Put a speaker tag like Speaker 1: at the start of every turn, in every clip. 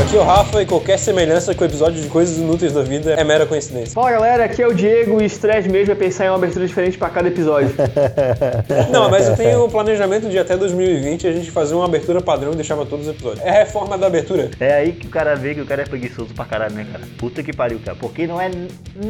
Speaker 1: Aqui é o Rafa e qualquer semelhança com o episódio de Coisas Inúteis da Vida é mera coincidência.
Speaker 2: Fala galera, aqui é o Diego e estresse mesmo é pensar em uma abertura diferente pra cada episódio.
Speaker 1: Não, mas eu tenho o planejamento de até 2020 a gente fazer uma abertura padrão e deixar pra todos os episódios. É a reforma da abertura.
Speaker 3: É aí que o cara vê que o cara é preguiçoso pra caralho, né, cara? Puta que pariu, cara. Porque não é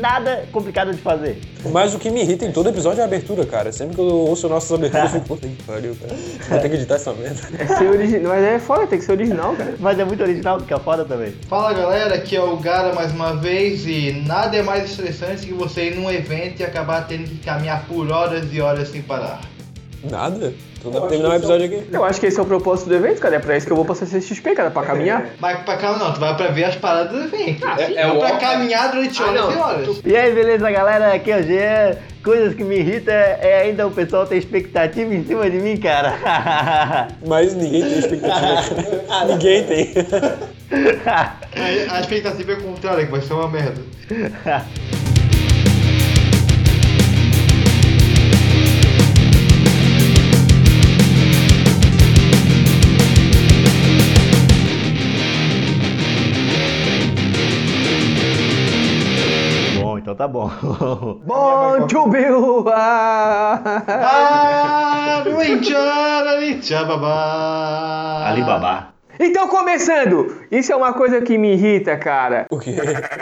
Speaker 3: nada complicado de fazer.
Speaker 1: Mas o que me irrita em todo episódio é a abertura, cara. Sempre que eu ouço nossas aberturas, eu fico, puta que pariu, cara. Vou ter que editar essa merda.
Speaker 2: É ser origi- Mas é foda, tem que ser original, cara.
Speaker 3: Mas é muito original, que é foda também.
Speaker 4: Fala galera, aqui é o Gara mais uma vez e nada é mais estressante que você ir num evento e acabar tendo que caminhar por horas e horas sem parar.
Speaker 1: Nada. Então dá pra terminar o episódio aqui.
Speaker 2: Eu acho que esse é o propósito do evento, cara. É pra isso que eu vou pra CCXP, cara, pra caminhar.
Speaker 4: Mas pra cá não, tu vai pra ver as paradas do evento. é é pra caminhar durante horas e horas.
Speaker 3: E aí, beleza, galera? Aqui é o Jean. Coisas que me irrita é ainda o pessoal ter expectativa em cima de mim, cara.
Speaker 1: Mas ninguém tem expectativa. ninguém tem.
Speaker 4: A, a expectativa é contrária, que vai ser uma merda.
Speaker 3: bom, então tá bom.
Speaker 2: Bom to Bill! Ah!
Speaker 4: Ah, Luigiana, Lichababá.
Speaker 3: Alibaba.
Speaker 2: Então, começando! Isso é uma coisa que me irrita, cara.
Speaker 1: O quê?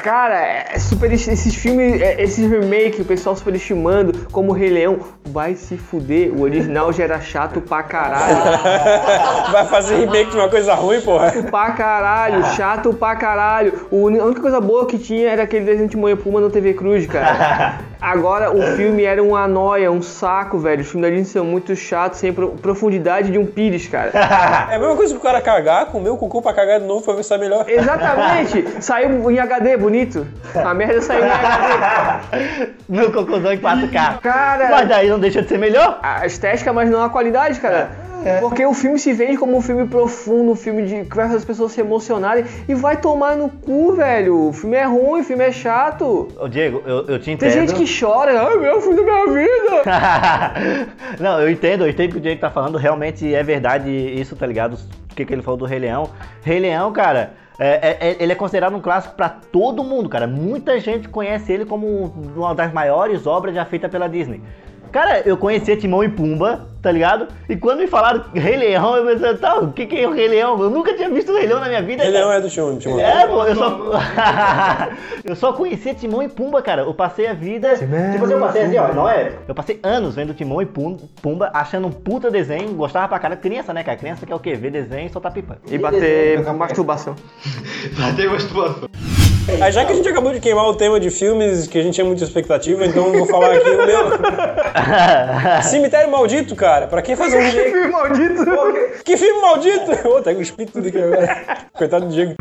Speaker 2: Cara, é super, esses filmes, é, esses remake, o pessoal superestimando, como o Rei Leão, vai se fuder. O original já era chato pra caralho.
Speaker 1: Vai fazer remake de uma coisa ruim, porra.
Speaker 2: Pra caralho, chato pra caralho. O uni- a única coisa boa que tinha era aquele desenho de Moe Puma no TV Cruz, cara. Agora, o filme era uma noia, um saco, velho. Os filmes da Disney são muito chatos, sem pro- profundidade de um pires, cara.
Speaker 1: É a mesma coisa que o cara cagar, comer o cucu pra cagar de novo pra ver se tá melhor.
Speaker 2: Exatamente! Saiu em HD, bonito. A merda saiu em HD.
Speaker 3: Meu cocôzão em 4K.
Speaker 2: Cara.
Speaker 3: Mas daí não deixa de ser melhor?
Speaker 2: A estética, mas não a qualidade, cara. Porque o filme se vende como um filme profundo, um filme de, que vai fazer as pessoas se emocionarem e vai tomar no cu, velho. O filme é ruim, o filme é chato.
Speaker 3: Ô, Diego, eu, eu te
Speaker 2: Tem
Speaker 3: entendo.
Speaker 2: gente que chora, ai meu filho da minha vida.
Speaker 3: Não, eu entendo, eu entendo o que o Diego tá falando, realmente é verdade isso, tá ligado? O que, que ele falou do Rei Leão. Rei Leão, cara, é- é- é- ele é considerado um clássico pra todo mundo, cara. Muita gente conhece ele como uma das maiores obras já feitas pela Disney. Cara, eu conhecia Timão e Pumba, tá ligado? E quando me falaram Rei Leão, eu pensei, tá, o que, que é o Rei Leão? Eu nunca tinha visto o Rei Leão na minha vida.
Speaker 1: Ele
Speaker 3: cara.
Speaker 1: não é do Timão. Timão.
Speaker 3: É, pô, eu só. eu só conhecia Timão e Pumba, cara. Eu passei a vida. Tipo assim, eu passei assim, ó, não é? Eu passei anos vendo Timão e Pum- Pumba, achando um puta desenho, gostava pra cara. Criança, né, cara? Criança quer o quê? Ver desenho e soltar pipa.
Speaker 2: E bater masturbação.
Speaker 4: Vai ter masturbação.
Speaker 1: Aí já que a gente acabou de queimar o tema de filmes que a gente tinha muita expectativa, então eu vou falar aqui o meu. Cemitério Maldito, cara. Pra quem faz um remake?
Speaker 2: Filme é maldito.
Speaker 1: Que filme maldito! Ô, tá com espírito tudo aqui agora. Coitado do Diego.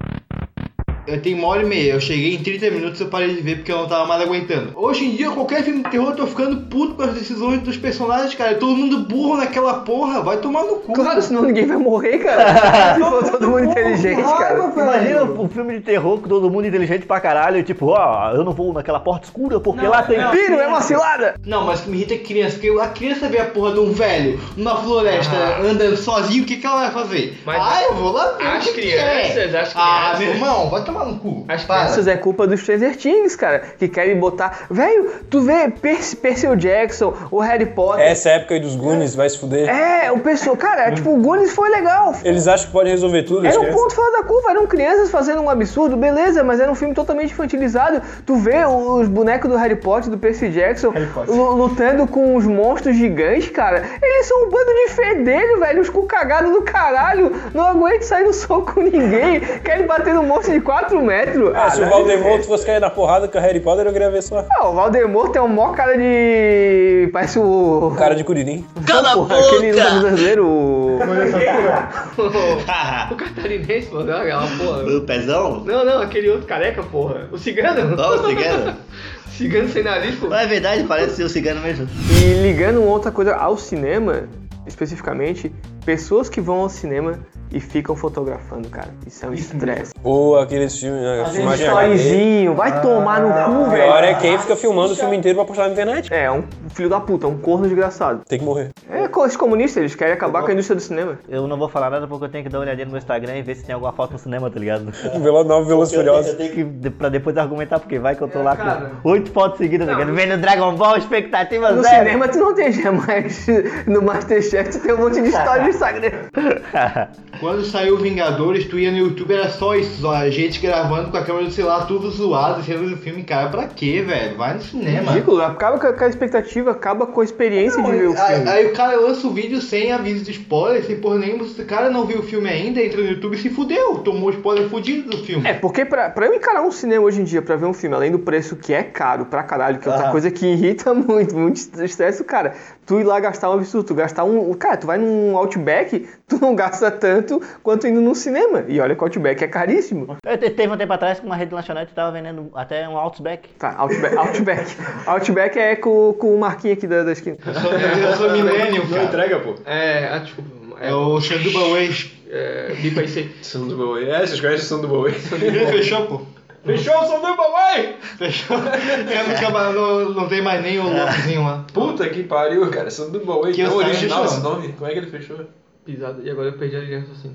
Speaker 4: Eu tenho uma hora e meia, eu cheguei em 30 minutos eu parei de ver porque eu não tava mais aguentando. Hoje em dia, qualquer filme de terror, eu tô ficando puto com as decisões dos personagens, cara. Todo mundo burro naquela porra, vai tomar no cu.
Speaker 2: Claro, senão ninguém vai morrer, cara. Se for todo mundo inteligente, cara.
Speaker 3: Imagina um filme de terror com todo mundo inteligente pra caralho, e tipo, ó, eu não vou naquela porta escura porque lá tem. assim,
Speaker 2: Filho, é uma cilada.
Speaker 4: Não, mas o que me irrita é criança, porque a criança vê a porra de um velho numa floresta andando sozinho, o que, que ela vai fazer?
Speaker 5: Ah. Mas
Speaker 4: ah, eu vou lá ver.
Speaker 5: as
Speaker 4: o que que
Speaker 5: crianças,
Speaker 4: é.
Speaker 5: as
Speaker 4: Ah,
Speaker 5: crianças.
Speaker 4: meu irmão, vai tomar no cu.
Speaker 5: As
Speaker 4: Para.
Speaker 2: Essas é culpa dos Stranger Things, cara, que querem botar. Velho, tu vê Percy, Percy Jackson, o Harry Potter.
Speaker 1: É Essa época aí dos Goonies vai se fuder.
Speaker 2: É, o pessoal, cara, é, tipo, o Goonies foi legal.
Speaker 1: Eles acham que podem resolver tudo.
Speaker 2: Era um
Speaker 1: esquece.
Speaker 2: ponto fora da curva, eram crianças fazendo um absurdo, beleza, mas era um filme totalmente infantilizado. Tu vê os bonecos do Harry Potter, do Percy Jackson, lu- lutando com os monstros gigantes, cara. Eles são um bando de fedelho, velho, os cu cagados do caralho. Não aguento sair no sol com ninguém. Querem bater no monstro de 4 metros.
Speaker 1: Ah, se o Valdemort fosse cair na porrada com a Harry Potter, eu queria ver só
Speaker 2: Ah, o Valdemort tem um mó cara de. Parece o.
Speaker 1: o cara de Curirim.
Speaker 2: Cala porra, aquele
Speaker 3: é
Speaker 2: lutador brasileiro. o-
Speaker 1: é
Speaker 5: O catarinense, pô, não, aquela porra.
Speaker 3: Meu pezão?
Speaker 5: Não, não, aquele outro careca, porra. O cigano.
Speaker 3: Não, o cigano?
Speaker 5: cigano sem nariz, pô.
Speaker 3: é verdade, parece ser o cigano mesmo.
Speaker 2: E ligando uma outra coisa ao cinema, especificamente, pessoas que vão ao cinema e ficam fotografando, cara. Isso é um estresse.
Speaker 1: Ou aqueles filmes, né, filmagem HD.
Speaker 2: Storyzinho, vai tomar no cu,
Speaker 1: Pior
Speaker 2: velho.
Speaker 1: é quem fica filmando o filme inteiro pra postar na internet.
Speaker 2: É, um filho da puta, um corno desgraçado.
Speaker 1: Tem que morrer.
Speaker 2: É, co- os comunistas, eles querem acabar com a indústria do cinema.
Speaker 3: Eu não vou falar nada porque eu tenho que dar uma olhadinha no meu Instagram e ver se tem alguma foto no cinema, tá ligado?
Speaker 1: Velo Nova Veloz
Speaker 3: Eu tenho- eu
Speaker 1: Furiosa.
Speaker 3: tenho que, de- pra depois argumentar, porque vai que eu tô lá
Speaker 5: cara.
Speaker 3: com oito fotos seguidas, tá
Speaker 5: Não,
Speaker 3: ligado? Vendo Dragon Ball, expectativa
Speaker 2: No
Speaker 3: zero.
Speaker 2: cinema tu não tem já, mas no Masterchef tu tem um monte de história no Instagram.
Speaker 4: Quando saiu Vingadores, tu ia no YouTube, era só isso, só a gente gravando com a câmera do celular, tudo zoado, cenas do filme, cara, pra quê, velho? Vai no cinema.
Speaker 2: Ridículo, acaba com a, com a expectativa, acaba com a experiência de ver o
Speaker 4: Aí,
Speaker 2: filme.
Speaker 4: aí o cara lança o vídeo sem aviso de spoiler, sem porra nenhuma. Se o cara não viu o filme ainda, entra no YouTube e se fudeu. Tomou spoiler fudido do filme.
Speaker 2: É, porque pra, pra eu encarar um cinema hoje em dia, pra ver um filme, além do preço que é caro pra caralho, que é outra
Speaker 3: Aham.
Speaker 2: coisa que irrita muito, muito estresse o cara. Tu ir lá gastar um absurdo, tu gastar um. Cara, tu vai num Outback, tu não gasta tanto quanto indo num cinema. E olha que o Outback é caríssimo.
Speaker 3: Eu te- teve um tempo atrás que uma rede de lanchonete tava vendendo até um Outback.
Speaker 2: Tá, Outback. Outback, Outback é com, com o Marquinho aqui da, da esquina.
Speaker 4: Eu sou, eu sou millennium,
Speaker 6: Não
Speaker 4: cara.
Speaker 6: entrega, pô.
Speaker 5: É, ah, desculpa.
Speaker 4: É
Speaker 5: É,
Speaker 4: o Xanduba Way.
Speaker 5: é, bipa isso aí.
Speaker 6: São do Bowie. É, vocês conhecem São do Bowie.
Speaker 4: Fechou, pô.
Speaker 6: Fechou o São do Bowie!
Speaker 4: Fechou. É, no caba- no- não tem mais nem o logozinho lá.
Speaker 6: Puta que pariu, cara. São do Bowie.
Speaker 4: Que
Speaker 6: Tão então,
Speaker 4: eu saiba,
Speaker 6: original
Speaker 4: fechou.
Speaker 6: esse nome. Como é que ele fechou?
Speaker 5: Pisada. E agora eu perdi a aliança assim.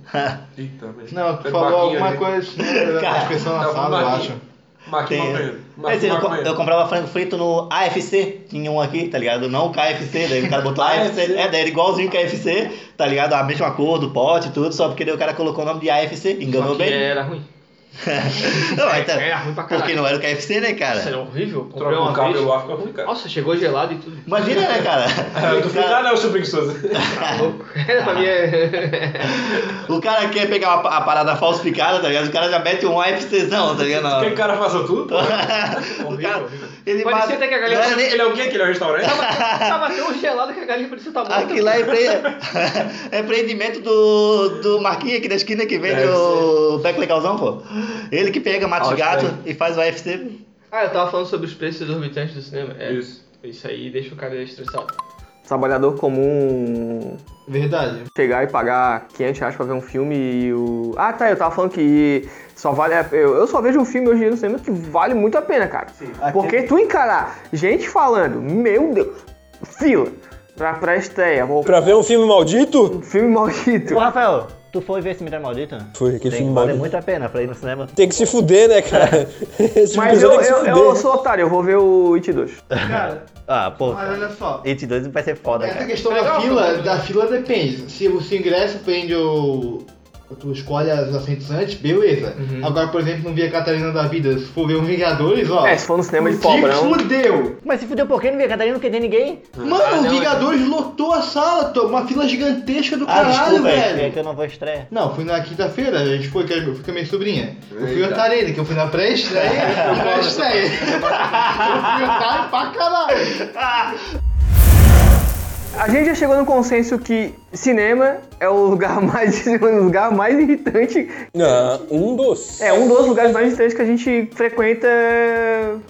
Speaker 6: Eita, mas...
Speaker 4: Não, tu
Speaker 6: Foi Marquinhos
Speaker 4: falou
Speaker 6: né?
Speaker 4: alguma
Speaker 6: ali.
Speaker 4: coisa assim, das pessoas na
Speaker 6: Tá,
Speaker 4: sala, eu
Speaker 3: Marquinhos.
Speaker 4: acho.
Speaker 6: Marquinhos Maconheiro.
Speaker 3: É assim,
Speaker 6: Marquinhos
Speaker 3: eu, co-
Speaker 6: Maconheiro.
Speaker 3: eu comprava frango frito no AFC, tinha um aqui, tá ligado? Não o KFC, daí o cara botou AFC, é, daí era igualzinho o KFC, tá ligado? A mesma cor do pote e tudo, só porque daí o cara colocou o nome de AFC, enganou
Speaker 5: Só que
Speaker 3: bem.
Speaker 5: era ruim.
Speaker 3: não, mas tá-
Speaker 5: Era ruim pra caralho.
Speaker 3: porque não era o KFC, né,
Speaker 5: Isso
Speaker 3: cara?
Speaker 5: era horrível. Comprei
Speaker 6: Troca
Speaker 5: uma
Speaker 6: um cabo e
Speaker 5: vez.
Speaker 6: lá fica ruim, cara.
Speaker 5: Nossa, chegou gelado e tudo.
Speaker 3: Imagina, né, cara?
Speaker 6: Ah, tu fui lá, não, eu sou preguiçoso.
Speaker 5: Tá louco. Era pra mim é...
Speaker 3: O cara quer pegar uma- a parada falsificada, tá ligado? O cara já mete um AFCzão, tá ligado?
Speaker 6: Quer que o cara faça tudo?
Speaker 3: O cara, ele
Speaker 5: Parecia
Speaker 3: bate-
Speaker 5: até que a
Speaker 3: não
Speaker 5: galera-
Speaker 3: era nem-
Speaker 6: Ele é o quê? Que ele é um restaurante?
Speaker 5: Tava tão gelado que a galinha parecia estar morta.
Speaker 3: Aquilo lá é, pre... é empreendimento do, do Marquinhos aqui da esquina que vende
Speaker 5: É,
Speaker 6: Deve
Speaker 3: o Beck Legalzão, pô. Ele que pega, mata os
Speaker 6: Olha,
Speaker 3: gatos
Speaker 6: cara.
Speaker 3: e faz o UFC.
Speaker 5: Ah, eu tava falando sobre os preços exorbitantes do cinema. É, isso.
Speaker 6: Isso.
Speaker 5: aí deixa o cara estressado.
Speaker 2: Trabalhador comum
Speaker 4: Verdade.
Speaker 2: chegar e pagar 500 reais pra ver um filme e o... Ah, tá, eu tava falando que só vale... a- Eu, eu só vejo um filme hoje em dia no cinema que vale muito a pena, cara. Porque tu encarar gente falando, meu Deus, fila, pra, pra estreia, vou...
Speaker 1: Pra ver um filme maldito?
Speaker 2: filme maldito.
Speaker 3: Rafael, tu foi ver esse Cemitério Maldito?
Speaker 1: Foi, aquele filme
Speaker 3: Vale
Speaker 1: maldito.
Speaker 3: muito a pena pra ir no cinema.
Speaker 1: Tem que se fuder, né, cara? Esse
Speaker 2: Mas
Speaker 1: pessoal tem
Speaker 2: eu,
Speaker 1: que se
Speaker 2: eu,
Speaker 1: fuder.
Speaker 2: eu sou otário, eu vou ver o It 2.
Speaker 4: Cara,
Speaker 3: Ah, É. pô.
Speaker 4: mas olha só.
Speaker 3: It 2 vai ser
Speaker 2: É,
Speaker 3: foda,
Speaker 4: Essa
Speaker 3: cara.
Speaker 4: questão da fila, da fila depende. Se o se o ingresso prende o. Tu escolhe as assentos antes, beleza. Agora, por exemplo, não via Catarina da Vida, se for ver um Vingadores, ó.
Speaker 2: É, se for no cinema de
Speaker 4: se
Speaker 2: pobrão... Ah,
Speaker 4: fudeu!
Speaker 3: Mas se fudeu por quê? Não vê Catarina, não quer ter ninguém.
Speaker 4: Mano,
Speaker 2: é
Speaker 4: o Vingadores lotou a sala, tô, uma fila gigantesca do
Speaker 2: Ah,
Speaker 4: caralho, velho.
Speaker 3: Ah,
Speaker 2: então-
Speaker 3: É que eu não vou estrear.
Speaker 4: Não, fui na quinta-feira, a gente foi, que é, eu fui com a minha sobrinha. Eu fui
Speaker 6: Eita.
Speaker 4: otareiro, que eu fui na pré-estreia e pré-estreia. Eu fui otário pra caralho.
Speaker 2: A gente já chegou no consenso que cinema é o lugar mais, o lugar mais irritante
Speaker 1: Ah, um dos.
Speaker 2: É um dos lugares mais distantes que a gente frequenta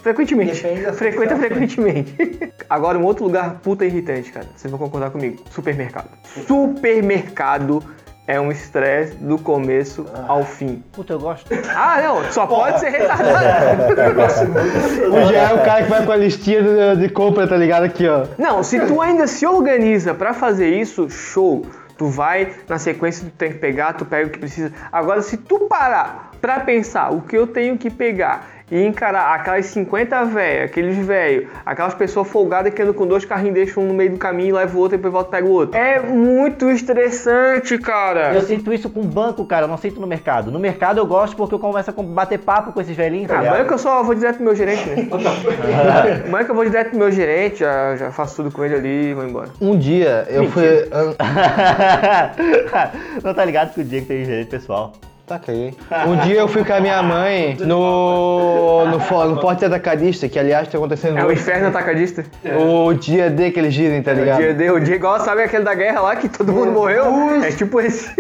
Speaker 2: frequentemente. Frequenta frequentemente. Agora, um outro lugar puta irritante, cara. Vocês vão concordar comigo. Supermercado. Supermercado é um estresse do começo ao fim.
Speaker 3: Puta, eu gosto.
Speaker 2: Ah, não. Só pode ser retardado.
Speaker 7: O Jean é o cara que vai com a listinha de, de compra, tá ligado? Aqui, ó.
Speaker 2: Não, se tu ainda se organiza pra fazer isso, show. Tu vai na sequência, tu tem que pegar, tu pega o que precisa. Agora, se tu parar pra pensar o que eu tenho que pegar e encarar aquelas 50 véia, aqueles velhos, aquelas pessoas folgadas que andam com dois carrinhos, deixam um no meio do caminho, leva o outro e depois volta e pega o outro. É muito estressante,
Speaker 3: Eu
Speaker 2: cara.
Speaker 3: sinto isso com banco, cara. Eu não sinto no mercado. No mercado eu gosto porque eu começo a com- bater papo com esses velhinhos, tá
Speaker 2: Ah,
Speaker 3: ligado?
Speaker 2: banca eu só vou direto pro meu gerente, né? banca eu vou direto pro meu gerente, já, já faço tudo com ele ali e vou embora.
Speaker 7: Um dia eu fui. an-
Speaker 3: não tá ligado que o Diego tem gerente pessoal.
Speaker 7: Tá, caguei. Um dia eu fui com a minha mãe no. no, fo- no Forte Atacadista, que aliás tá acontecendo
Speaker 2: É o
Speaker 7: hoje.
Speaker 2: inferno atacadista.
Speaker 7: O dia D que eles dizem,
Speaker 3: É
Speaker 7: tá ligado?
Speaker 2: Dia D, o dia igual, sabe aquele da guerra lá que todo mundo morreu? É tipo esse.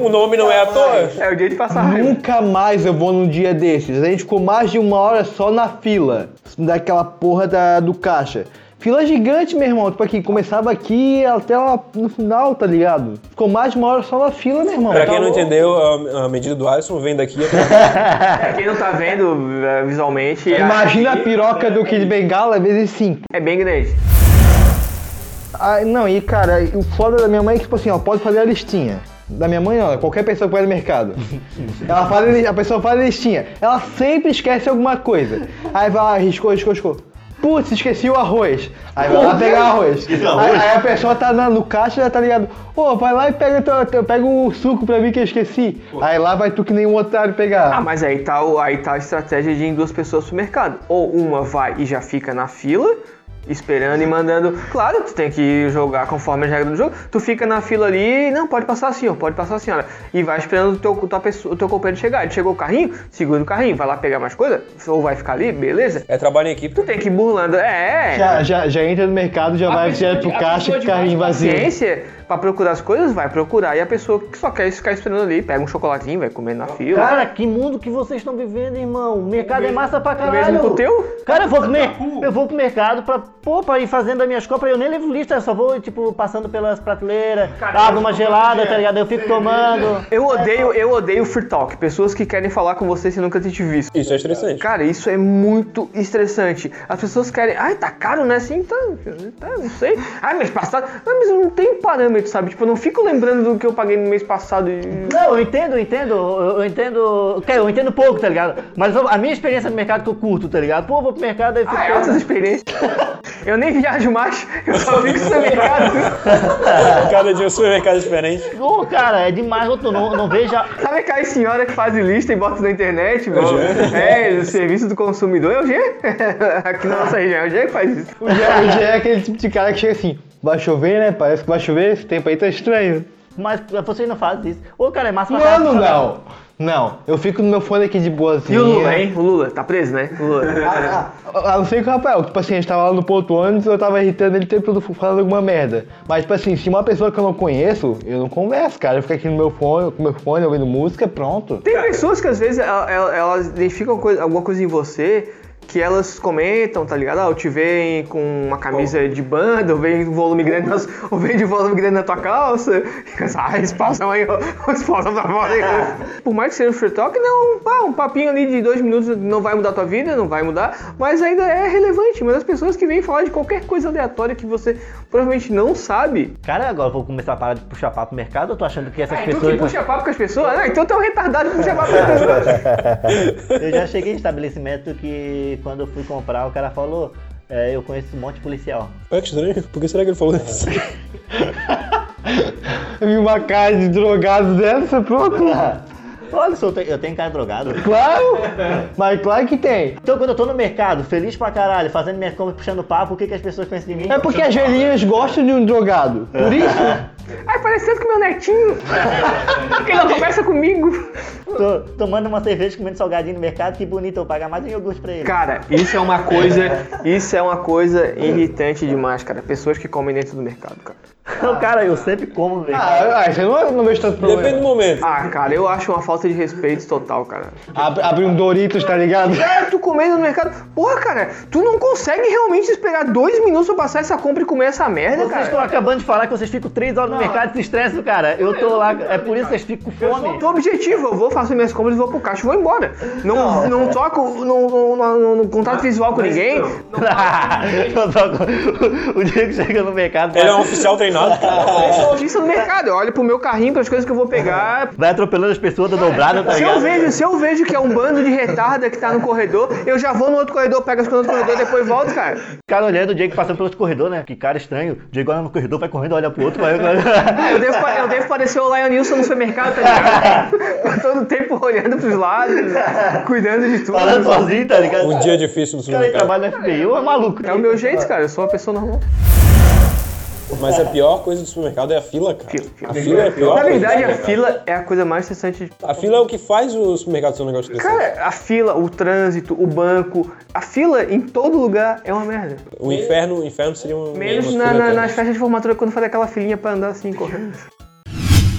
Speaker 1: O nome não é à toa.
Speaker 2: É o dia de passar raiva.
Speaker 7: Nunca mais eu vou num dia desses. A gente ficou mais de uma hora só na fila daquela porra da, do caixa. Fila gigante, meu irmão. Tipo aqui, começava aqui até lá no final, tá ligado? Ficou mais de uma hora só na fila, meu irmão.
Speaker 1: Pra
Speaker 7: Tá
Speaker 1: quem não
Speaker 7: louco.
Speaker 1: entendeu, a, a medida do Alisson vem daqui é, até
Speaker 2: Pra quem não tá vendo eh, visualmente, é,
Speaker 7: Imagina a piroca do Kid Bengala vezes 5.
Speaker 2: é bem grande.
Speaker 7: Ah, não, e cara, o foda da minha mãe é que, tipo assim, ó, pode fazer a listinha. Da minha mãe, ó, qualquer pessoa que vai no mercado. Ela faz a, li- a pessoa faz a listinha. Ela sempre esquece alguma coisa. Aí vai lá, riscou, riscou, riscou. Putz, esqueci o arroz. Aí vai lá pegar o arroz. Aí, aí a pessoa tá na, no caixa, ela tá ligado. Ô, vai lá e pega, teu, teu- pega o suco pra mim que eu esqueci. Aí lá vai tu que nem um otário
Speaker 2: Ah,
Speaker 7: pegar.
Speaker 2: mas aí tá, o- aí tá a estratégia de ir duas pessoas pro mercado. Ou uma vai e já fica na fila, esperando e mandando. Claro, tu tem que jogar conforme as regras do jogo. Tu fica na fila ali, não, pode passar senhor, pode passar senhora. E vai esperando o teu, tua pessoa- o teu companheiro chegar. Ele chegou o carrinho, segura o carrinho, vai lá pegar mais coisa, ou vai ficar ali, beleza?
Speaker 1: É trabalho em equipe.
Speaker 2: Tu tem que ir burlando. É,
Speaker 7: Já, já, já entra no mercado, já vai
Speaker 5: pessoa
Speaker 7: direto
Speaker 5: de-
Speaker 7: pro
Speaker 5: a
Speaker 7: caixa, assim.
Speaker 5: pessoa de
Speaker 7: carrinho
Speaker 5: baixo
Speaker 7: vazio.
Speaker 2: ciência, pra procurar as coisas, vai procurar. E a pessoa que só quer ficar esperando ali, pega um chocolatinho, vai comer na fila.
Speaker 3: Cara, que mundo que vocês estão vivendo, irmão. O mercado é massa pra caralho.
Speaker 2: mesmo que o teu?
Speaker 3: Cara, eu vou, pro mer- eu vou pro mercado pra, pô, pra ir fazendo as minhas compras. Eu nem levo lista, eu só vou, tipo, passando pelas prateleiras, abro uma gelada, tá ligado? Eu fico tomando.
Speaker 2: Eu odeio, eu odeio free talk, pessoas que querem falar com você se nunca ter te visto.
Speaker 1: Isso é estressante.
Speaker 2: Cara, isso é muito estressante. As pessoas querem, ai, tá caro, né? Assim, tá, tá, não sei. Ai, mês passado. Ah, mas eu não tenho parâmetro, sabe? Tipo, eu não fico lembrando do que eu paguei no mês passado e.
Speaker 3: Não, eu entendo, eu entendo, eu eu entendo. Quer, eu entendo pouco, tá ligado? Mas eu- a minha experiência no mercado que eu curto, tá ligado? Pô, eu vou pro mercado e fico.
Speaker 2: Ah, é outras experiências. Eu nem viajo mais, eu só vivo no mercado.
Speaker 1: Cada dia um supermercado diferente.
Speaker 3: Ô, cara, é demais, outro não, não veja.
Speaker 2: Sabe aquela senhora que faz lista e bota na internet? Bom, é, o serviço do consumidor é o G. Aqui na nossa região é o G que faz isso.
Speaker 7: O Jean, o Jean é aquele tipo de cara que chega assim, vai chover, né? Parece que vai chover, esse tempo aí tá estranho.
Speaker 3: Mas vocês não fazem isso. Ô, cara, é massa pra caralho.
Speaker 7: Mano, não! Não, eu fico no meu fone aqui de boazinha.
Speaker 2: E o Lula, hein? O Lula, tá preso, né? O Lula.
Speaker 7: Ah, ah, ah, não sei com o Rafael, tipo assim, a gente tava lá no ponto ônibus, eu tava irritando ele o tempo todo falando alguma merda. Mas, tipo assim, se uma pessoa que eu não conheço, eu não converso, cara. Eu fico aqui no meu fone, com meu fone, ouvindo música, pronto.
Speaker 2: Tem pessoas que às vezes el- el- elas identificam coisa- alguma coisa em você que elas comentam, tá ligado? Ah, eu te veem com uma camisa de banda, ou vem um volume grande nas, ou vem de volume grande na tua calça. Ah, explosão aí, ó. explosão da moda aí. Por mais que seja um free talk, não, pá, um papinho ali de dois minutos não vai mudar tua vida, não vai mudar, mas ainda é relevante. Mas as pessoas que vêm falar de qualquer coisa aleatória que você provavelmente não sabe,
Speaker 3: Cara, agora eu vou começar a parar de puxar papo no mercado. Eu tô achando que essas
Speaker 2: ah, então tu
Speaker 3: pessoas.
Speaker 2: que puxa papo com as pessoas, ah, então tu é um retardado que puxa papo com as pessoas.
Speaker 3: Eu já cheguei em estabelecimento que quando eu fui comprar, o cara falou. é, eu conheço um monte de policial.
Speaker 1: Olha que estranho. né? Por que será que ele falou isso?
Speaker 7: Eu vi uma cara de drogado dessa, pronto.
Speaker 3: Olha, só, eu tenho- eu tenho cara drogado.
Speaker 7: Claro! Mas claro que tem.
Speaker 3: Então quando eu tô no mercado, feliz pra caralho, fazendo minha compra, puxando papo, o que, que as pessoas conhecem de mim?
Speaker 7: É porque as velhinhas gostam de um drogado. Por isso,
Speaker 2: Ai, parecendo com meu netinho. Porque ele não conversa comigo.
Speaker 3: Tô tomando uma cerveja, comendo salgadinho no mercado, que bonito, eu pagar mais um iogurte pra ele.
Speaker 2: Cara, isso é uma coisa. Isso é uma coisa irritante demais, cara. Pessoas que comem dentro do mercado, cara.
Speaker 3: Então, cara, eu sempre como, velho.
Speaker 7: Ah, ah, isso eu não, não vejo tanto problema.
Speaker 1: Depende do momento.
Speaker 2: Ah, cara, eu acho uma falta de respeito total, cara.
Speaker 7: Abre, abre um Doritos, tá ligado?
Speaker 2: É, tu comendo no mercado. Porra, cara, tu não consegue realmente esperar dois minutos pra passar essa compra e comer essa merda,
Speaker 3: Vocês
Speaker 2: cara.
Speaker 3: estão acabando de falar que vocês ficam três horas no mercado e se estressam, cara. Eu tô lá, é por isso que vocês ficam com fome.
Speaker 2: Teu objetivo, eu vou, faço minhas compras, vou pro caixa e vou embora. Não, não. toco não, não, não- não contato visual com ninguém.
Speaker 3: então, Eu tô com- o dia que chega no mercado,
Speaker 1: Ele é um oficial treinado.
Speaker 2: Eu
Speaker 3: é.
Speaker 2: sou autista no mercado, eu olho pro meu carrinho, pras coisas que eu vou pegar,
Speaker 1: um
Speaker 3: vai atropelando as pessoas da dobrada, tá
Speaker 2: Se eu,
Speaker 3: ligado?
Speaker 2: vejo, se eu vejo que é um bando de retarda que tá no corredor, eu já vou no outro corredor, pego as coisas no outro corredor, depois volto, cara.
Speaker 3: Cara olhando o Diego passando pelo outro corredor, né? Que cara estranho. O Diego olha no corredor, vai correndo, olha pro outro, vai...
Speaker 2: Eu devo, pa- eu devo parecer o Lionilson no supermercado, tá ligado? Todo tempo olhando pros lados, cuidando de tudo.
Speaker 3: Falando sozinho, tá ligado?
Speaker 1: Um dia difícil no
Speaker 3: cara ele
Speaker 1: supermercado.
Speaker 3: trabalha no FBI, é maluco.
Speaker 2: É o meu jeito, cara, eu sou uma pessoa normal.
Speaker 1: Mas a pior coisa do supermercado é a fila, cara.
Speaker 2: Fila, fila.
Speaker 1: A fila é a pior
Speaker 2: Na
Speaker 1: coisa.
Speaker 2: verdade, a fila é a coisa mais estressante de
Speaker 1: A fila é o que faz o supermercado ser um negócio desse.
Speaker 2: Cara, a fila, o trânsito, o banco, a fila em todo lugar é uma merda.
Speaker 1: O inferno, o inferno seria um.
Speaker 2: Menos
Speaker 1: uma
Speaker 2: na, né?
Speaker 1: fila
Speaker 2: na,
Speaker 1: eterna.
Speaker 2: nas festas de formatura, quando faz aquela filinha pra andar assim, correndo.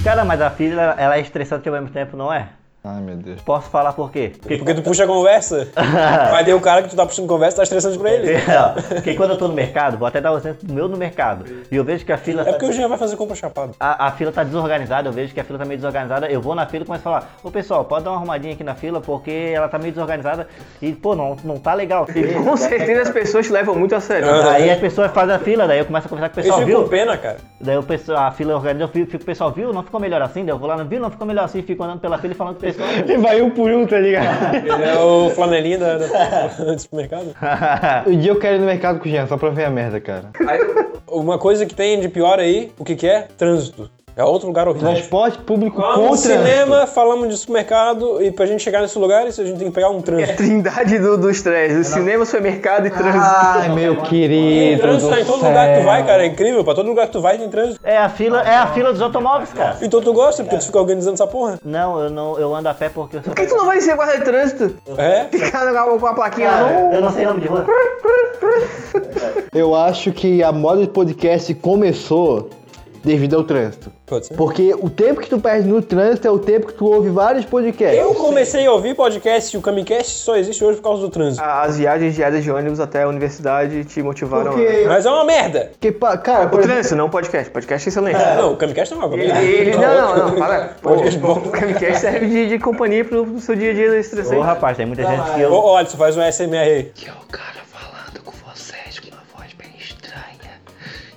Speaker 3: Cara, mas a filha, ela é estressante que ao mesmo tempo não é?
Speaker 7: Ai, meu Deus.
Speaker 3: Posso falar por quê? Porque,
Speaker 1: Porque tu puxa a conversa, mas daí o cara que tu tá puxando conversa tá estressante pra ele.
Speaker 3: porque quando eu tô no mercado, vou até dar o exemplo do meu no mercado, e eu vejo que a fila... tá,
Speaker 1: É porque o Jean vai fazer compra chapado.
Speaker 3: a, a fila tá desorganizada, eu vejo que a fila tá meio desorganizada, eu vou na fila e começo a falar, ô pessoal, pode dar uma arrumadinha aqui na fila, porque ela tá meio desorganizada e, pô, não, não tá legal.
Speaker 2: Com certeza as pessoas te levam muito a sério.
Speaker 3: Aí as pessoas fazem a fila, daí eu começo a conversar com o
Speaker 1: Eles
Speaker 3: pessoal,
Speaker 1: ficam
Speaker 3: viu?
Speaker 1: com pena, cara.
Speaker 3: Daí o pessoal, a fila organiza, eu fico, fico, pessoal, viu? Não ficou melhor assim? Daí eu vou lá, não viu? Não ficou melhor assim? Fico andando pela fila e falando com o pessoal.
Speaker 7: Ele vai um por um, tá ligado?
Speaker 1: Ele é o flanelinha da, da- do supermercado.
Speaker 7: um dia eu quero ir no mercado com o Jean, só pra ver a merda, cara.
Speaker 1: Uma coisa que tem de pior aí, o que que é? Trânsito. É outro lugar horrível.
Speaker 7: Transporte público
Speaker 1: Falamos de
Speaker 7: contra.
Speaker 1: cinema, falamos de supermercado, e pra gente chegar nesse lugar, isso a gente tem que pegar um trânsito.
Speaker 2: Trindade do- dos três, o cinema, supermercado e trânsito.
Speaker 7: Ai, meu
Speaker 1: Tem
Speaker 7: querido.
Speaker 1: trânsito
Speaker 7: do
Speaker 1: tá em todo lugar que tu
Speaker 7: céu.
Speaker 1: vai, cara. É incrível. Pra todo lugar que tu vai tem trânsito.
Speaker 3: É a fila, é a fila dos automóveis, cara.
Speaker 1: Então tu gosta, porque tu fica organizando essa porra.
Speaker 3: Não, eu não, eu ando a pé porque eu sou.
Speaker 2: Por que tu não vai ser guarda de trânsito?
Speaker 1: É?
Speaker 2: Ficar com a plaquinha lá. não?
Speaker 3: Eu não sei o nome de rua.
Speaker 7: Eu acho que a moda de podcast começou devido ao trânsito.
Speaker 1: Pode ser.
Speaker 7: Porque o tempo que tu perde no trânsito é o tempo que tu ouve vários podcasts.
Speaker 1: Eu comecei a ouvir podcast, o Camicast só existe hoje por causa do trânsito.
Speaker 2: As viagens diárias de ônibus até a universidade te motivaram.
Speaker 7: Porque,
Speaker 1: Mas é uma merda.
Speaker 7: porque pa- cara,
Speaker 2: O
Speaker 7: por exemplo,
Speaker 2: trânsito, não podcast. Podcast é excelente.
Speaker 1: Não, o Camicast não é uma merda.
Speaker 2: Ele, não, não, não, para. Pô,
Speaker 1: Podcast bom.
Speaker 2: O Camicast serve de, de companhia pro, pro seu dia a dia
Speaker 3: Ô,
Speaker 2: estressante.
Speaker 3: rapaz, tem muita gente
Speaker 1: Ô,
Speaker 3: que eu.
Speaker 1: ô, Alisson, faz um SMR aí.
Speaker 5: Que é o cara falando com vocês com uma voz bem estranha.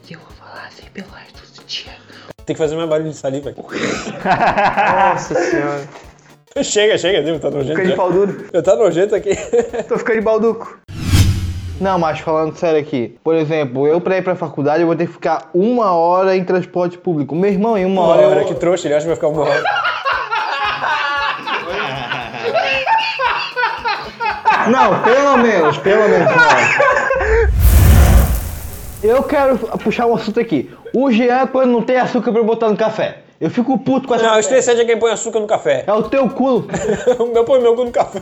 Speaker 5: E eu vou falar assim pelo resto do dia.
Speaker 1: Tem que fazer mais barulho de saliva aqui.
Speaker 2: Nossa senhora.
Speaker 1: Chega, chega, Diego, tá nojento.
Speaker 2: Fica de
Speaker 1: já.
Speaker 2: pau duro.
Speaker 1: Eu tá nojento aqui.
Speaker 2: Tô ficando de balduco.
Speaker 7: não, mas falando sério aqui, por exemplo, eu pra ir pra faculdade eu vou ter que ficar uma hora em transporte público. Meu irmão, em uma hora.
Speaker 1: Olha
Speaker 7: eu...
Speaker 1: que trouxa, ele acha que vai ficar uma hora.
Speaker 7: Não, pelo menos, pelo menos. uma hora. Eu quero puxar um assunto aqui. O Jean, quando não tem açúcar pra botar no café, eu fico puto com essa.
Speaker 1: Não, o estressante é quem põe açúcar no café.
Speaker 7: É o teu culo.
Speaker 1: O meu põe meu cu no café.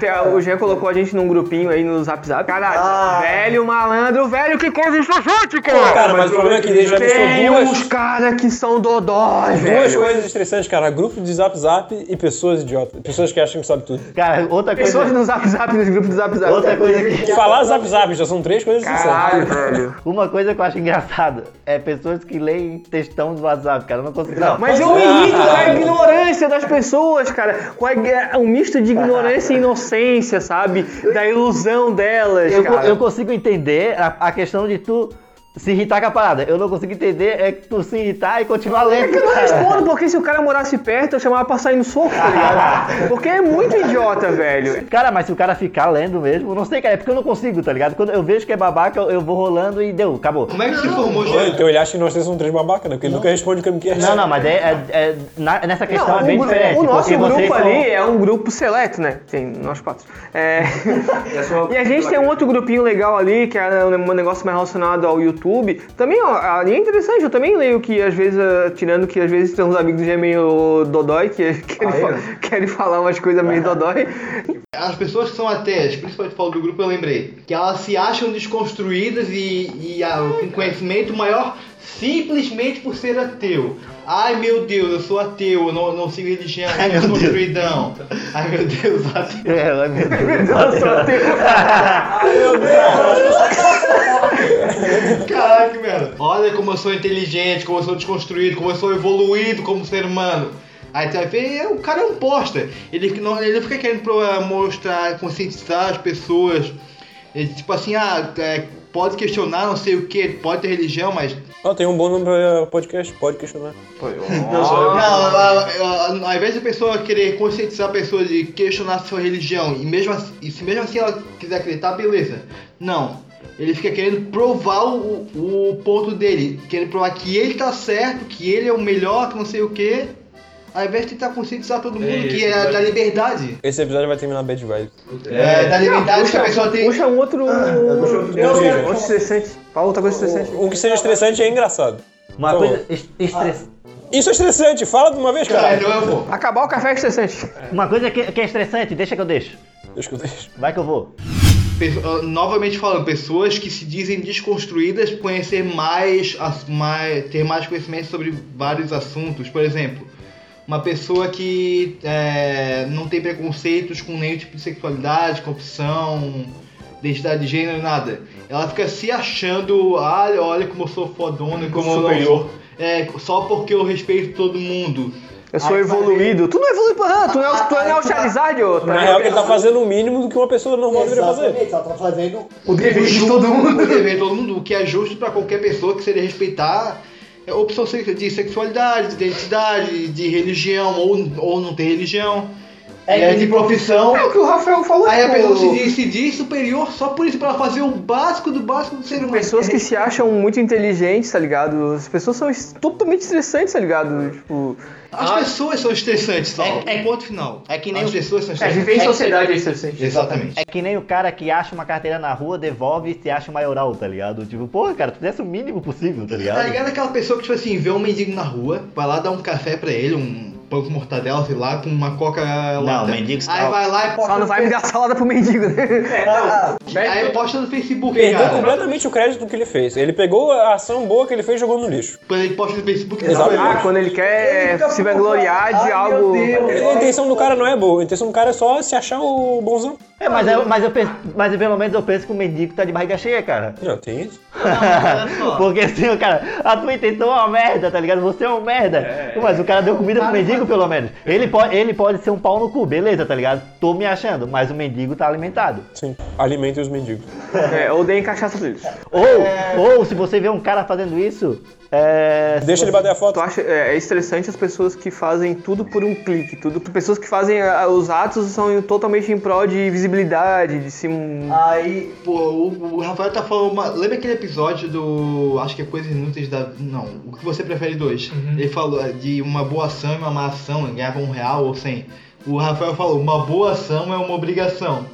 Speaker 2: Tem a- O Jean colocou a gente num grupinho aí no Zap Zap. Caralho, velho malandro, velho que come isso gente, cara.
Speaker 1: Cara, mas o problema é que ele já
Speaker 2: Tem
Speaker 1: misturou
Speaker 2: uns
Speaker 1: duas,
Speaker 2: caras que são dodói,
Speaker 1: duas
Speaker 2: velho.
Speaker 1: coisas estressantes, cara. Grupo de zap zap e pessoas idiotas. Pessoas que acham que sabem tudo.
Speaker 3: Cara, outra
Speaker 2: Pessoas
Speaker 3: coisa.
Speaker 2: no Zap Zap, nos grupos do Zap Zap.
Speaker 3: Outra coisa que.
Speaker 1: Falar zap zap já são três coisas estressantes.
Speaker 2: Caralho, velho.
Speaker 3: Uma coisa que eu acho engraçada é pessoas que leem textão do WhatsApp, cara. Eu não consigo. Não,
Speaker 2: Mas eu me irrito com a ignorância das pessoas, cara. Com a, ign- um misto de ignorância e inocência, sabe? Da ilusão delas,
Speaker 3: eu, co-
Speaker 2: cara.
Speaker 3: eu consigo entender a, a questão de tu se irritar com a parada. Eu não consigo entender é que tu se irritar e continuar lendo.
Speaker 2: Eu não
Speaker 3: cara.
Speaker 2: respondo porque se o cara morasse perto, eu chamava pra sair no soco, tá ligado? Porque é muito idiota, velho.
Speaker 3: Cara, mas se o cara ficar lendo mesmo, eu não sei, cara, é porque eu não consigo, tá ligado? Quando eu vejo que é babaca, eu, eu vou rolando e deu, acabou.
Speaker 4: Como é que se formou,
Speaker 1: Pô,
Speaker 4: Jean?
Speaker 1: Então ele acha que nós três somos três babaca, né? Porque ele nunca responde o que me quer.
Speaker 3: Não, não, mas é, é- é- na- nessa questão
Speaker 2: Não,
Speaker 3: é bem
Speaker 2: o, gru-
Speaker 3: diferente.
Speaker 2: o nosso
Speaker 3: porque
Speaker 2: grupo
Speaker 3: vocês são-
Speaker 2: ali é um grupo seleto, né? Tem nós quatro. É. e a gente tem um outro grupinho legal ali, que é um negócio mais relacionado ao YouTube. Também, ó, ali é interessante, eu também leio que às vezes, eh, tirando que às vezes tem uns amigos já meio dodói, que querem,
Speaker 3: Ah,
Speaker 2: fa-
Speaker 3: é?
Speaker 2: querem falar umas coisas meio dodói.
Speaker 4: As pessoas que são ateias, principalmente falo do grupo, eu lembrei, que elas se acham desconstruídas e, e ah, com conhecimento maior simplesmente por ser ateu. Ai meu Deus, eu sou ateu, eu não, não sigo religião, Ai,
Speaker 3: meu Deus.
Speaker 4: desconstruidão. Ai meu Deus, assim, ateu.
Speaker 3: É, ai, meu Deus.
Speaker 2: Eu sou
Speaker 4: Ah, é
Speaker 2: ateu.
Speaker 4: Caraca, merda. Olha como eu sou inteligente, como eu sou desconstruído, como eu sou evoluído como ser humano. Aí tu vai ver, o cara é um posta. Ele que não, ele não fica querendo pro- eh, mostrar, conscientizar as pessoas. É, tipo assim, ah, é, pode questionar não sei o que, pode ter religião, mas.
Speaker 1: Ó, tem um bom nome pra podcast, né? pode questionar.
Speaker 4: Não, a- a- a- ao invés da pessoa querer conscientizar a pessoa de questionar sua religião, e, mesmo assim, e se mesmo assim ela quiser acreditar, beleza. Não. Ele fica querendo provar o, o ponto dele, querendo provar que ele tá certo, que ele é o melhor, que não sei o que. Ao invés de tentar conscientizar todo mundo que é da liberdade.
Speaker 1: Esse episódio vai terminar bad vibes.
Speaker 4: É, da liberdade que a pessoa tem.
Speaker 2: Puxa um outro.
Speaker 3: Ah,
Speaker 1: quero-
Speaker 3: um
Speaker 2: outro estressante. Fala outra coisa estressante.
Speaker 1: O que seja estressante é engraçado.
Speaker 3: Uma
Speaker 1: Pô.
Speaker 3: coisa, est- estress...
Speaker 1: Isso é estressante, fala de uma vez,
Speaker 4: Ah,
Speaker 1: cara.
Speaker 4: então eu vou.
Speaker 2: Acabar o café é estressante.
Speaker 3: Uma coisa que, que é estressante, deixa que eu deixo.
Speaker 1: Deixa que eu deixo.
Speaker 3: Vai que eu vou.
Speaker 4: Pesso- ah, novamente falando, pessoas que se dizem desconstruídas conhecer mais, as- mais ter mais conhecimento sobre vários assuntos. Por exemplo, uma pessoa que é, não tem preconceitos com nenhum tipo de sexualidade, com opção, identidade de gênero, nada. Ela fica se achando, ah, olha como eu sou fodona, como eu sou
Speaker 6: superior."
Speaker 4: É, só porque eu respeito todo mundo.
Speaker 2: Eu sou
Speaker 4: Aí
Speaker 2: É evoluído. Tu não é evoluído pra nada, tu não é, o- tu não é o Charizard, ô.
Speaker 1: Na
Speaker 2: tá?
Speaker 1: real, ele tá fazendo o mínimo do que uma pessoa normal deveria fazer.
Speaker 8: Exatamente, ela tá fazendo.
Speaker 4: O dever de todo mundo. O dever de todo mundo, o que é justo pra qualquer pessoa que seria respeitar a opção se- de sexualidade, de identidade, de religião ou, ou não ter religião.
Speaker 8: É,
Speaker 4: É, de
Speaker 8: e-
Speaker 4: profissão. É
Speaker 2: É o que o Rafael falou,
Speaker 4: Aí a
Speaker 2: tipo,
Speaker 4: pessoa se diz, se diz superior só por isso, pra ela fazer o básico do básico do ser humano.
Speaker 2: Pessoas que se acham muito inteligentes, tá ligado? As pessoas são es- totalmente estressantes, tá ligado? Tipo,
Speaker 4: As pessoas são estressantes, só. É, ponto final. É que nem as pessoas são estressantes.
Speaker 2: viver em sociedade é estressante.
Speaker 4: Exatamente.
Speaker 3: É que nem o cara que acha uma carteira na rua, devolve e se acha maioral, tá ligado? Tipo, porra, cara, tu fizesse o mínimo possível, tá ligado?
Speaker 4: Tá ligado aquela pessoa que, tipo assim, vê um mendigo na rua, vai lá dar um café pra ele, um pão com mortadela, sei lá, com uma coca lá.
Speaker 3: mendigo
Speaker 4: Aí
Speaker 3: tá-
Speaker 4: vai lá e
Speaker 2: Só não
Speaker 4: posta,
Speaker 2: vai me dar salada pro mendigo, né?
Speaker 4: aí posta no Facebook,
Speaker 1: Perdeu
Speaker 4: cara.
Speaker 1: completamente o crédito do que ele fez. Ele pegou a ação boa que ele fez e jogou no lixo.
Speaker 4: Quando ele posta no Facebook,
Speaker 1: Exato.
Speaker 4: não,
Speaker 2: Ah, quando ele quer eh, se vangloriar de algo.
Speaker 1: A intenção do cara não é boa, a intenção do cara é só se achar o bonzão.
Speaker 3: É, mas, eu, mas, eu penso, mas pelo menos eu penso que o mendigo tá de barriga cheia, cara.
Speaker 1: Não, tem isso.
Speaker 3: Porque assim, cara, a tua intenção é uma merda, tá ligado? Você é um merda. Mas o cara deu comida pro mendigo, pelo menos. Ele pode, ele pode ser um pau no cu, beleza, tá ligado? Tô me achando, mas o mendigo tá alimentado.
Speaker 1: Sim. Alimentem os mendigos.
Speaker 2: É, ou dei cachaça pra eles.
Speaker 3: Ou, ou se você vê um cara fazendo isso, é. se
Speaker 1: Deixa ele
Speaker 3: você-
Speaker 1: bater a foto.
Speaker 2: Tu acha é, é estressante as pessoas que fazem tudo por um clique, tudo. Pessoas que fazem ah, os atos são totalmente em prol de visibilidade, de se.
Speaker 4: Aí, pô, o, o Rafael tá falando uma. Lembra aquele episódio do. Acho que é Coisas Inúteis da. Não, o que você prefere dois? Ele falou é, de uma boa ação e uma má ação, ele ganhava um real ou cem. O Rafael falou: uma boa ação é uma obrigação.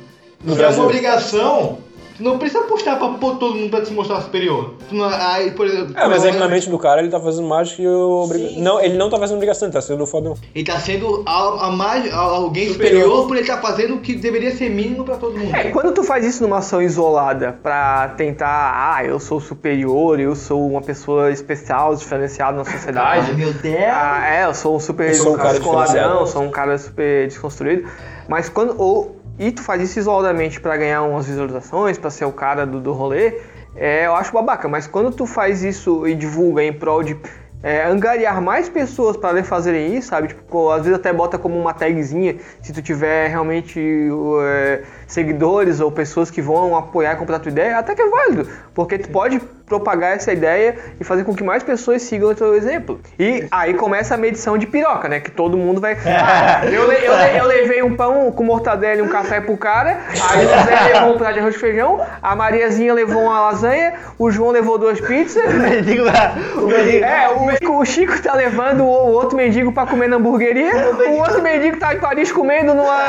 Speaker 1: No
Speaker 4: Se é uma
Speaker 1: Brasil.
Speaker 4: obrigação, tu não precisa postar pra pôr todo mundo pra se mostrar superior. Tu não- aí, por exemplo.
Speaker 1: É, mas
Speaker 4: por
Speaker 1: é que
Speaker 4: exemplo,
Speaker 1: na mente do cara ele tá fazendo mais que o. obriga- Não, ele não tá fazendo obrigação, ele tá sendo fodão.
Speaker 4: Ele tá sendo a, a mais, a- alguém superior.
Speaker 1: é Superior.
Speaker 4: por ele tá fazendo o que deveria ser mínimo pra todo mundo.
Speaker 2: É, quando tu faz isso numa ação isolada pra tentar, ah, eu sou superior, eu sou uma pessoa especial, diferenciada na sociedade.
Speaker 4: meu Deus!
Speaker 2: Ah, é, eu sou um super
Speaker 1: Eu sou um cara
Speaker 2: descoladão,
Speaker 1: diferenciado.
Speaker 2: sou um cara super desconstruído. Mas quando. Ou, e tu faz isso isoladamente pra ganhar umas visualizações, pra ser o cara do, do rolê, é, eu acho babaca. Mas quando tu faz isso e divulga em prol de. é, angariar mais pessoas para fazerem isso, sabe? Tipo, pô, às vezes até bota como uma tagzinha, se tu tiver realmente o, é, seguidores ou pessoas que vão apoiar e comprar a tua ideia, até que é válido, porque tu pode propagar essa ideia e fazer com que mais pessoas sigam o teu exemplo. E aí começa a medição de piroca, né? Que todo mundo vai. Ah, eu, le- eu le- eu levei um pão com mortadela e um café pro cara, aí o Zé levou um prato de arroz e feijão, a Mariazinha levou uma lasanha, o João levou duas pizzas.
Speaker 3: O mendigo vai- o mendigo-
Speaker 2: É, o, Chico- o Chico tá levando o, o outro mendigo pra comer na hamburgueria, o outro mendigo tá em Paris comendo numa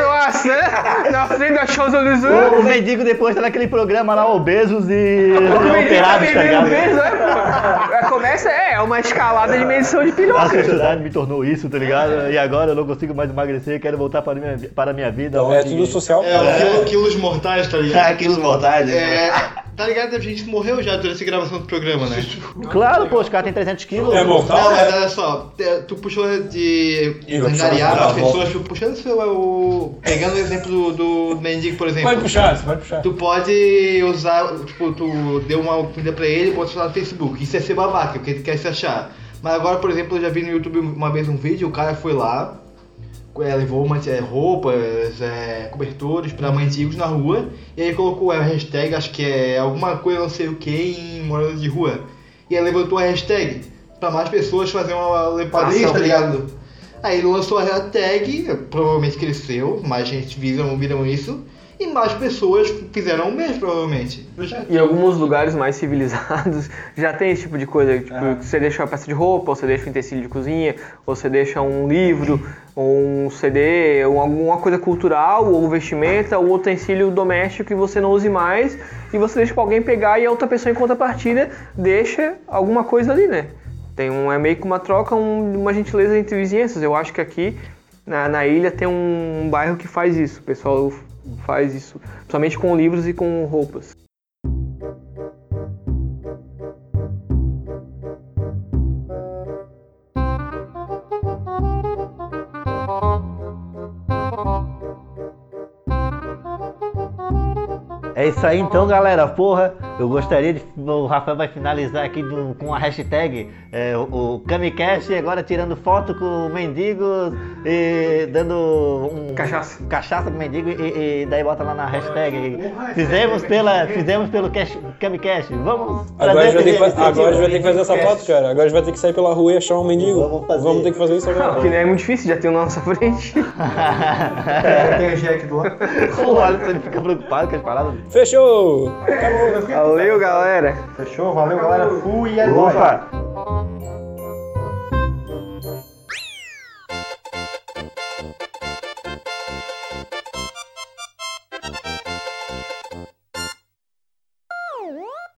Speaker 2: croissant na frente da Champs-Élysées.
Speaker 3: O mendigo depois tá naquele programa lá, obesos e
Speaker 2: O mendigo tá
Speaker 3: operados, tá
Speaker 2: vendendo
Speaker 3: ligado?
Speaker 2: peso, é, pô. É, Começa, é, é uma escalada de medição de
Speaker 3: A
Speaker 2: piroca.
Speaker 3: sociedade me tornou isso, tá ligado? E agora eu não consigo mais emagrecer, quero voltar para a minha, para a minha vida.
Speaker 1: É
Speaker 3: onde-
Speaker 1: tudo social.
Speaker 4: É, o quilo- quilos mortais, tá ligado?
Speaker 3: Aquilo vontade.
Speaker 4: É, tá ligado? A gente morreu já durante a gravação do programa, né?
Speaker 3: Claro, pô, os caras têm 300 quilos.
Speaker 1: É mortal?
Speaker 4: Não, mas olha só, te- tu puxou de
Speaker 1: Eu puxava
Speaker 4: angariar
Speaker 1: pra
Speaker 4: as
Speaker 1: volta.
Speaker 4: pessoas, tu puxando seu, é o, pegando o exemplo do, do mendigo, por
Speaker 1: Pode
Speaker 4: exemplo.
Speaker 1: puxar, pode puxar.
Speaker 4: Tu pode usar, tipo, tu deu uma comida pra ele e botou lá no Facebook. Isso é ser babaca, porque ele quer se achar. Mas agora, por exemplo, eu já vi no YouTube uma vez um vídeo, o cara foi lá, é, levou uma, é, roupas, é, cobertores pra mendigos na rua, e aí colocou a hashtag, acho que é alguma coisa não sei o que, em morador de rua. E aí levantou a hashtag pra mais pessoas fazerem uma lepadinha,
Speaker 2: Ação.
Speaker 4: tá ligado? Aí ele lançou a hashtag, provavelmente cresceu, mais gente viram, viram isso, e mais pessoas fizeram o mesmo, provavelmente.
Speaker 2: Em alguns lugares mais civilizados já tem esse tipo de coisa. Tipo, você deixa uma peça de roupa, ou você deixa um utensílio de cozinha, ou você deixa um livro, ou um CD, ou alguma coisa cultural, ou um vestimenta, ou utensílio doméstico que você não use mais, e você deixa pra alguém pegar e a outra pessoa em contrapartida deixa alguma coisa ali, né? Tem um, é meio que uma troca, um- uma gentileza entre vizinhanças. Eu acho que aqui na, na ilha tem um bairro que faz isso. O pessoal faz isso, principalmente com livros e com roupas.
Speaker 3: É isso aí então, galera. Porra, eu gostaria de. O Rafael vai finalizar aqui do- com a hashtag é, o, o Kamikaze agora tirando foto com mendigos e dando um.
Speaker 2: Cachaça.
Speaker 3: Cachaça pro mendigo e, e daí bota lá na hashtag. Fizemos, pela, fizemos pelo cash, Kamikaze. Vamos
Speaker 1: Agora a gente vai ter que, fa- agora a gente vai ter que fazer essa
Speaker 3: Kamikaze.
Speaker 1: foto, cara. Agora a gente vai ter que sair pela rua e achar um mendigo.
Speaker 3: Vamos fazer.
Speaker 1: ter que fazer isso
Speaker 2: Não, que
Speaker 1: agora.
Speaker 2: não é muito difícil, já tem o na nossa frente.
Speaker 4: Tem o Jack do lado.
Speaker 3: O Alisson fica preocupado com as paradas.
Speaker 1: Fechou!
Speaker 2: Valeu, galera.
Speaker 4: Fechou? Valeu, galera. Fui e é nóis.
Speaker 3: Opa!